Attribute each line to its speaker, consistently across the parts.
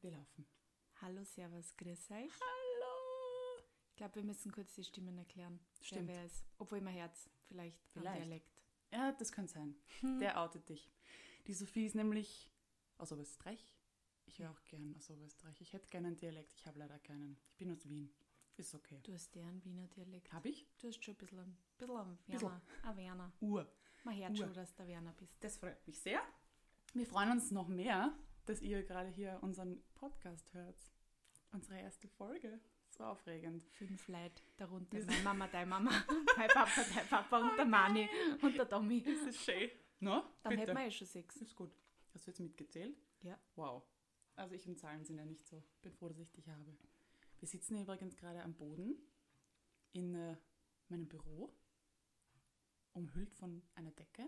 Speaker 1: Wir laufen.
Speaker 2: Hallo, Servus, grüß euch.
Speaker 1: Hallo!
Speaker 2: Ich glaube, wir müssen kurz die Stimmen erklären.
Speaker 1: Stimmt.
Speaker 2: Wer wer ist. Obwohl mein Herz, vielleicht, am
Speaker 1: Vielleicht.
Speaker 2: Dialekt.
Speaker 1: Ja, das kann sein. Der outet dich. Die Sophie ist nämlich aus Oberösterreich. Ich höre auch gern aus Oberösterreich. Ich hätte gerne einen Dialekt, ich habe leider keinen. Ich bin aus Wien. Ist okay.
Speaker 2: Du hast deren Wiener Dialekt.
Speaker 1: Habe ich?
Speaker 2: Du hast schon ein bisschen, ein bisschen ein
Speaker 1: Bisschen.
Speaker 2: Werner. Ein Werner.
Speaker 1: Uhr.
Speaker 2: Man hört
Speaker 1: Ur.
Speaker 2: schon, dass du Werner bist.
Speaker 1: Das freut mich sehr. Wir freuen uns noch mehr, dass ihr gerade hier unseren Podcast hört. Unsere erste Folge. So aufregend.
Speaker 2: Fünf Leute, darunter meine Mama, deine Mama, mein Papa, dein Papa und der Mani und der Tommy.
Speaker 1: Das ist schön. No?
Speaker 2: Dann
Speaker 1: Bitte.
Speaker 2: hätten wir ja schon sechs.
Speaker 1: Ist gut. Hast du jetzt mitgezählt?
Speaker 2: Ja.
Speaker 1: Wow. Also ich und Zahlen sind ja nicht so. Bin froh, dass ich dich habe. Wir sitzen hier übrigens gerade am Boden in äh, meinem Büro, umhüllt von einer Decke.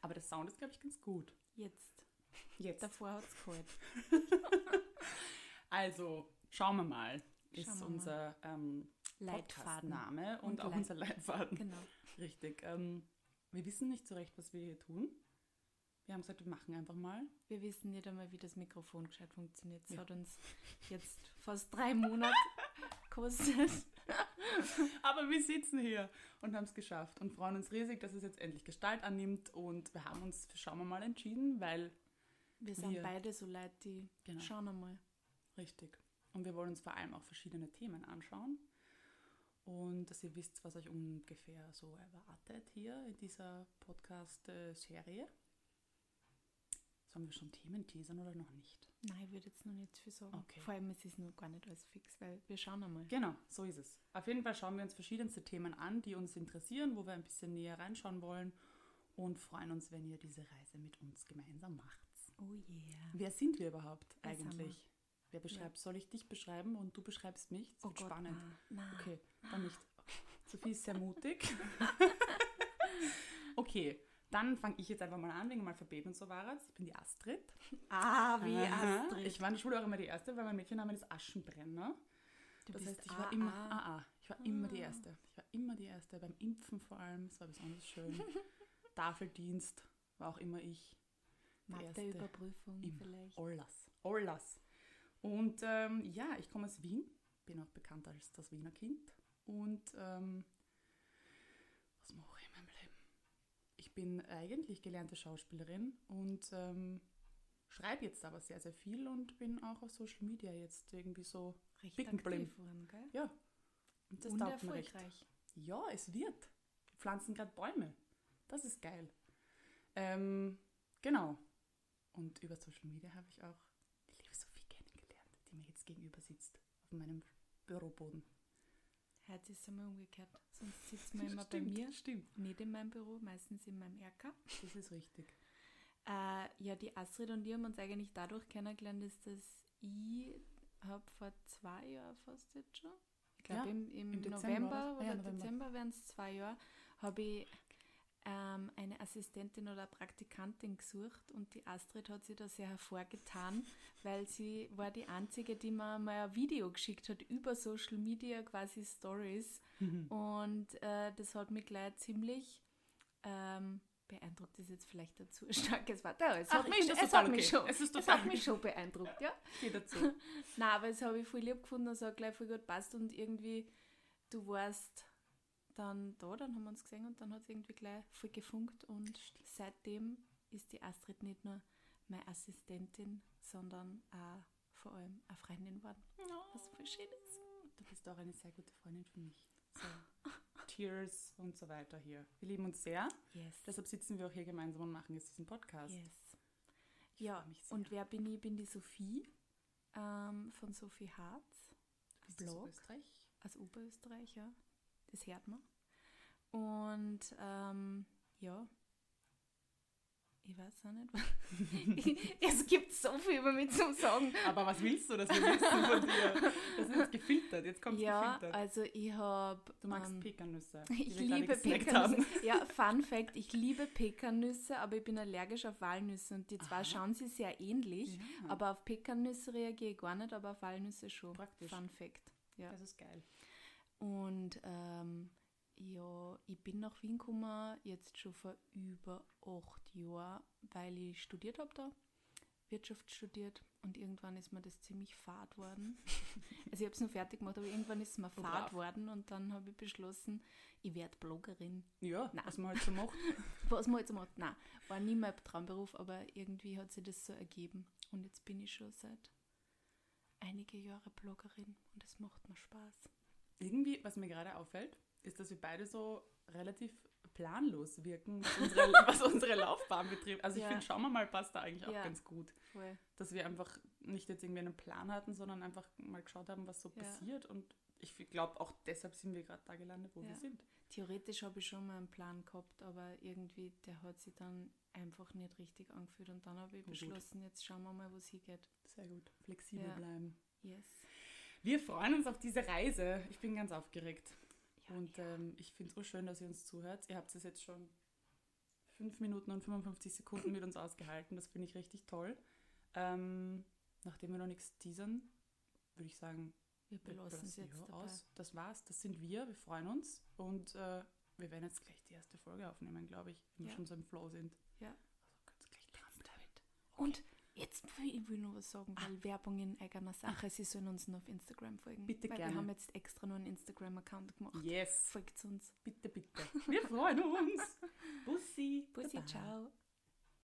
Speaker 1: Aber der Sound ist, glaube ich, ganz gut.
Speaker 2: Jetzt.
Speaker 1: Jetzt.
Speaker 2: Davor hat es geholt.
Speaker 1: Also, schauen wir mal.
Speaker 2: Schauen
Speaker 1: Ist
Speaker 2: wir
Speaker 1: unser ähm,
Speaker 2: Leitfaden.
Speaker 1: Podcastname und,
Speaker 2: Und
Speaker 1: auch
Speaker 2: Leit-
Speaker 1: unser Leitfaden.
Speaker 2: Genau.
Speaker 1: Richtig. Ähm, wir wissen nicht so recht, was wir hier tun. Wir haben gesagt, wir machen einfach mal.
Speaker 2: Wir wissen nicht einmal, wie das Mikrofon gescheit funktioniert. Es
Speaker 1: Ja.
Speaker 2: hat uns jetzt fast drei Monate gekostet.
Speaker 1: Aber wir sitzen hier und haben es geschafft und freuen uns riesig, dass es jetzt endlich Gestalt annimmt. Und wir haben uns für Schauen wir mal entschieden, weil
Speaker 2: Wir sind
Speaker 1: Wir.
Speaker 2: beide so Leute, die
Speaker 1: Genau.
Speaker 2: schauen einmal.
Speaker 1: richtig. Und wir wollen uns vor allem auch verschiedene Themen anschauen. Und dass ihr wisst, was euch ungefähr so erwartet hier in dieser Podcast-Serie. Sollen wir schon Themen teasern oder noch nicht?
Speaker 2: Nein, ich würde jetzt noch nicht viel sagen.
Speaker 1: Okay.
Speaker 2: Vor allem, es ist noch gar nicht alles fix, weil wir schauen einmal.
Speaker 1: Genau, so ist es. Auf jeden Fall schauen wir uns verschiedenste Themen an, die uns interessieren, wo wir ein bisschen näher reinschauen wollen und freuen uns, wenn ihr diese Reise mit uns gemeinsam macht.
Speaker 2: Oh yeah.
Speaker 1: Wer sind wir überhaupt
Speaker 2: Wer sind
Speaker 1: eigentlich? Wer beschreibt, soll ich dich beschreiben und du beschreibst mich? Das
Speaker 2: Oh
Speaker 1: wird
Speaker 2: Gott,
Speaker 1: spannend.
Speaker 2: na, na.
Speaker 1: Okay, dann nicht. Okay. Sophie ist sehr mutig. okay, dann fange ich jetzt einfach mal an, wegen dem Alphabet und so war Ich bin die Astrid.
Speaker 2: Ah, wie
Speaker 1: Aha.
Speaker 2: Astrid.
Speaker 1: Ich war in der Schule auch immer die Erste, weil mein Mädchenname ist Aschenbrenner.
Speaker 2: du
Speaker 1: Das heißt, ich
Speaker 2: AA.
Speaker 1: war immer AA. Ich war immer die Erste. Ich war immer die Erste. Beim Impfen vor allem. Es war besonders schön. Tafeldienst war auch immer ich. die Erste.
Speaker 2: Matheüberprüfung
Speaker 1: Immer. Oh,
Speaker 2: vielleicht.
Speaker 1: Ollas. Ollas. Und ähm, ja, ich komme aus Wien. Bin auch bekannt als das Wiener Kind. Und ähm, was mache ich in meinem Leben? Ich bin eigentlich gelernte Schauspielerin und ähm, schreibe jetzt aber sehr, sehr viel und bin auch auf Social Media jetzt irgendwie so
Speaker 2: Recht
Speaker 1: picken blieben.
Speaker 2: aktiv waren, gell?
Speaker 1: Ja. Und
Speaker 2: Und
Speaker 1: taugt mir recht.
Speaker 2: erfolgreich.
Speaker 1: Ja, es wird. Wir pflanzen gerade Bäume. Das ist geil. Ähm, genau. Und über Social Media habe ich auch die liebe Sophie kennengelernt, die mir jetzt gegenüber sitzt auf meinem Büroboden.
Speaker 2: Heute ist es einmal umgekehrt. Sonst sitzen wir immer bei
Speaker 1: Stimmt,
Speaker 2: mir.
Speaker 1: Stimmt.
Speaker 2: Nicht in meinem Büro, meistens in meinem Erker.
Speaker 1: Das ist richtig.
Speaker 2: Äh, ja, die Astrid und ich haben uns eigentlich dadurch kennengelernt, dass das ich habe vor zwei Jahren fast jetzt schon. Ich glaube
Speaker 1: Ja,
Speaker 2: im, im,
Speaker 1: im Dezember
Speaker 2: November
Speaker 1: war's. Ah
Speaker 2: oder
Speaker 1: ja, November.
Speaker 2: Dezember wären es zwei Jahre, habe ich ähm, eine Assistentin oder Praktikantin gesucht und die Astrid hat sie da sehr hervorgetan, weil sie war die einzige, die mir mal ein Video geschickt hat über Social Media, quasi Stories.
Speaker 1: Mhm.
Speaker 2: Und äh, das hat mich gleich ziemlich ähm, beeindruckt, ist jetzt vielleicht ein zu starkes Wort. Ja, es
Speaker 1: Ach,
Speaker 2: hat,
Speaker 1: ich
Speaker 2: mich,
Speaker 1: find das
Speaker 2: es
Speaker 1: total
Speaker 2: hat mich
Speaker 1: okay.
Speaker 2: schon,
Speaker 1: Es
Speaker 2: es
Speaker 1: ist
Speaker 2: hat
Speaker 1: total-
Speaker 2: mich schon beeindruckt, ja.
Speaker 1: Geh dazu.
Speaker 2: Nein, aber das habe ich voll lieb gefunden und es hat gleich voll gut passt und irgendwie, du warst dann da, dann haben wir uns gesehen und dann hat es irgendwie gleich voll gefunkt und seitdem ist die Astrid nicht nur meine Assistentin, sondern auch vor allem eine Freundin geworden. Was voll schön ist.
Speaker 1: Du bist auch eine sehr gute Freundin für mich. So. Tears und so weiter hier. Wir lieben uns sehr.
Speaker 2: Yes.
Speaker 1: Deshalb sitzen wir auch hier gemeinsam und machen jetzt diesen Podcast.
Speaker 2: Yes. Ja,
Speaker 1: freu mich sehr.
Speaker 2: und wer bin ich? Ich bin die Sophie ähm, von Sophie Harz
Speaker 1: Bist du aus
Speaker 2: Blog.
Speaker 1: Österreich?
Speaker 2: aus Oberösterreich, ja. Das hört man. Und ähm, ja, ich weiß auch nicht. was- es gibt so viel über mich zum Sagen.
Speaker 1: Aber was willst du, dass wir wissen von dir? Das ist jetzt gefiltert, jetzt kommt
Speaker 2: Ja,
Speaker 1: gefiltert.
Speaker 2: also ich habe.
Speaker 1: Du magst Pekannüsse. die
Speaker 2: Ich
Speaker 1: wir gerade
Speaker 2: liebe
Speaker 1: gesnackt
Speaker 2: Pekannüsse.
Speaker 1: haben.
Speaker 2: Ja, Fun Fact, ich liebe Pekannüsse, aber ich bin allergisch auf Walnüsse und die zwei schauen sie sehr ähnlich,
Speaker 1: Ja.
Speaker 2: aber auf Pekannüsse reagiere ich gar nicht, aber auf Walnüsse schon.
Speaker 1: Praktisch.
Speaker 2: Fun Fact. Ja.
Speaker 1: Das ist geil.
Speaker 2: Und ähm, ja, ich bin nach Wien gekommen, jetzt schon vor über acht Jahren, weil ich studiert habe da Wirtschaft studiert und irgendwann ist mir das ziemlich fad worden. also ich habe es nur fertig gemacht, aber irgendwann ist es mir fad
Speaker 1: brav.
Speaker 2: worden und dann habe ich beschlossen, ich werde Bloggerin.
Speaker 1: Ja,
Speaker 2: Nein.
Speaker 1: was man halt so macht.
Speaker 2: Was man jetzt macht, nein, war nie mein Traumberuf, aber irgendwie hat sich das so ergeben. Und jetzt bin ich schon seit einige Jahre Bloggerin und es macht mir Spaß.
Speaker 1: Irgendwie, was mir gerade auffällt, ist, dass wir beide so relativ planlos wirken, was unsere, was unsere Laufbahn betrifft. Also ich
Speaker 2: Ja.
Speaker 1: finde, schauen wir mal, passt da eigentlich auch
Speaker 2: Ja.
Speaker 1: ganz gut.
Speaker 2: Voll.
Speaker 1: Dass wir einfach nicht jetzt irgendwie einen Plan hatten, sondern einfach mal geschaut haben, was so
Speaker 2: Ja.
Speaker 1: passiert. Und ich glaube, auch deshalb sind wir gerade da gelandet, wo wir
Speaker 2: Ja.
Speaker 1: sind.
Speaker 2: Theoretisch habe ich schon mal einen Plan gehabt, aber irgendwie, der hat sich dann einfach nicht richtig angefühlt und dann habe ich
Speaker 1: Na gut.
Speaker 2: beschlossen, jetzt schauen wir mal, wo es hingeht.
Speaker 1: Sehr gut. Flexibel
Speaker 2: Ja.
Speaker 1: bleiben.
Speaker 2: Yes.
Speaker 1: Wir freuen uns auf diese Reise. Ich bin ganz aufgeregt.
Speaker 2: Ja,
Speaker 1: und ähm, ich finde es so schön, dass ihr uns zuhört. Ihr habt es jetzt schon 5 Minuten und 55 Sekunden mit uns ausgehalten. Das finde ich richtig toll. Ähm, nachdem wir noch nichts teasern, würde ich sagen,
Speaker 2: wir
Speaker 1: wir
Speaker 2: belassen es
Speaker 1: lassen
Speaker 2: jetzt
Speaker 1: hier
Speaker 2: dabei.
Speaker 1: aus. Das war's. Das sind wir. Wir freuen uns. Und äh, wir werden jetzt gleich die erste Folge aufnehmen, glaube ich, wenn wir
Speaker 2: Ja.
Speaker 1: schon so im Flow sind.
Speaker 2: Ja.
Speaker 1: Also ganz gleich dran bleiben.
Speaker 2: Und jetzt will ich will nur was sagen,
Speaker 1: Ah.
Speaker 2: weil Werbung in eigener Sache, Sie sollen uns nur auf Instagram folgen.
Speaker 1: Bitte
Speaker 2: weil
Speaker 1: gerne.
Speaker 2: Wir haben jetzt extra nur einen Instagram-Account gemacht.
Speaker 1: Yes.
Speaker 2: Folgt uns.
Speaker 1: Bitte, bitte. Wir freuen uns. Bussi.
Speaker 2: Bussi,
Speaker 1: Baba.
Speaker 2: ciao.